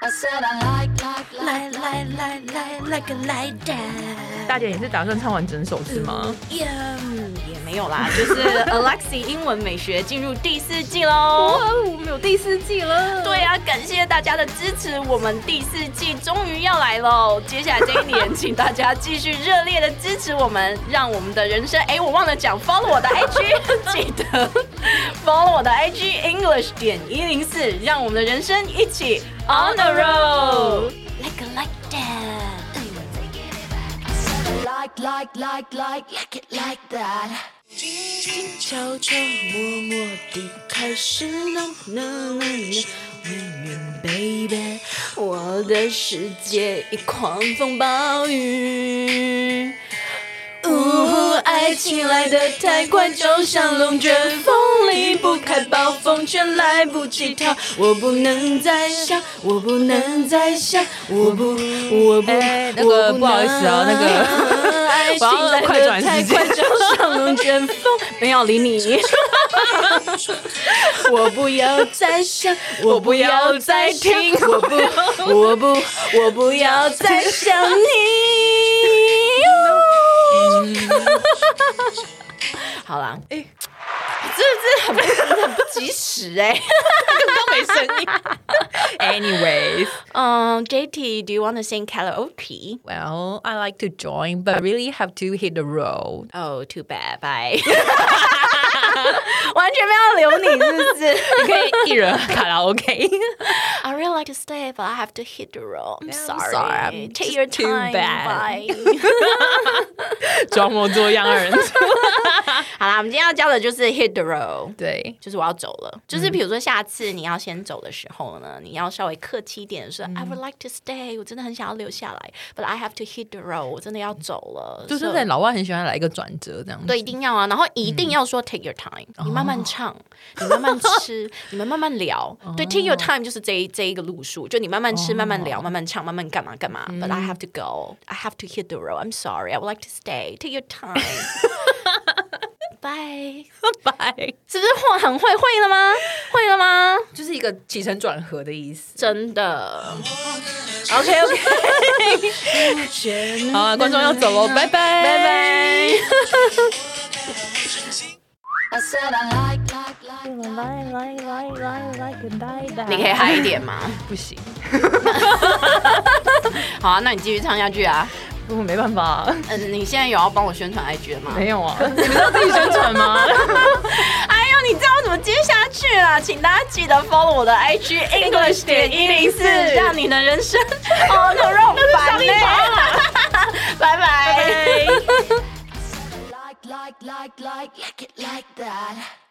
I said I like, like, like, 来来来来个来的，大姐，你是打算唱完整首是吗？也没有 啦，就是 Alexi 英文美学进入第四季喽。我们有第四季了。对啊，感谢大家的支持，我们第四季终于要来喽！接下来这一年，请大家继续热烈的支持我们，让我们的人生……哎，我忘了讲 ，follow 我的 IG，记得 follow 我的 IG English 点一零四，让我们的人生一起 on the road。 like a like that。 I said I like, like, like, like, like it like that. 悄悄默默地开始弄弄弄弄弄，baby，我的世界已狂风暴雨。呜，爱情来得太快，就像龙卷风，离不开暴风圈，来不及逃。我不能再想，我不能再想，我不，我不，哎那个我不好意思啊能那个爱情 我来要快得转太时间快，就像龙卷 风，没有理你。 我不要再想，我不要再听，我不，我不，我不要再想你。 好啦，哎、真的是很不很不及时哎、都没声音。Anyways, 嗯、j t d o you want to sing karaoke? well, I like to join, but really have to hit the road. Oh, too bad. Bye. 完全没有留你，是不是你可以一人卡拉 OK。 ？I really like to stay, but I have to hit the road. I'm sorry. sorry. Take your Too time. bad. Bye. 装模作样二人组。好啦，我们今天要教的就是 hit the road。 对，就是我要走了，就是比如说下次你要先走的时候呢，你要稍微客气一点，说 I would like to stay，我真的很想要留下来，but I have to hit the road，我真的要走了。就是所以在老外很喜欢来一个转折这样子。对，一定要啊，然后一定要说 take your time，、你慢慢唱， 你慢慢吃，你们慢慢聊。对，take your time 就是这一这一个路数，就你慢慢吃、慢慢聊、慢慢唱、慢慢干嘛干嘛。But I have to go, I have to hit the road. I'm sorry, I would like to stay. Take your time. Bye，拜，是不是会很会会了吗？会了吗？就是一个起承转合的意思。真的。OK OK，好啊，观众要走喽，拜拜，拜拜。拜。 I said I like, like, like, like. 你可以嗨一点吗？不行，好啊，那你继续唱下去啊。我没办法，嗯，你现在有要帮我宣传 IG 了吗？ 没有啊， 你们要自己宣传吗？哎呦，你知道我怎么接下去啦？请大家记得 follow 我的 IG English 点一零四，让你的人生 哦 on the road 版嘞。 拜拜。 Like, like, like, like, like it like that.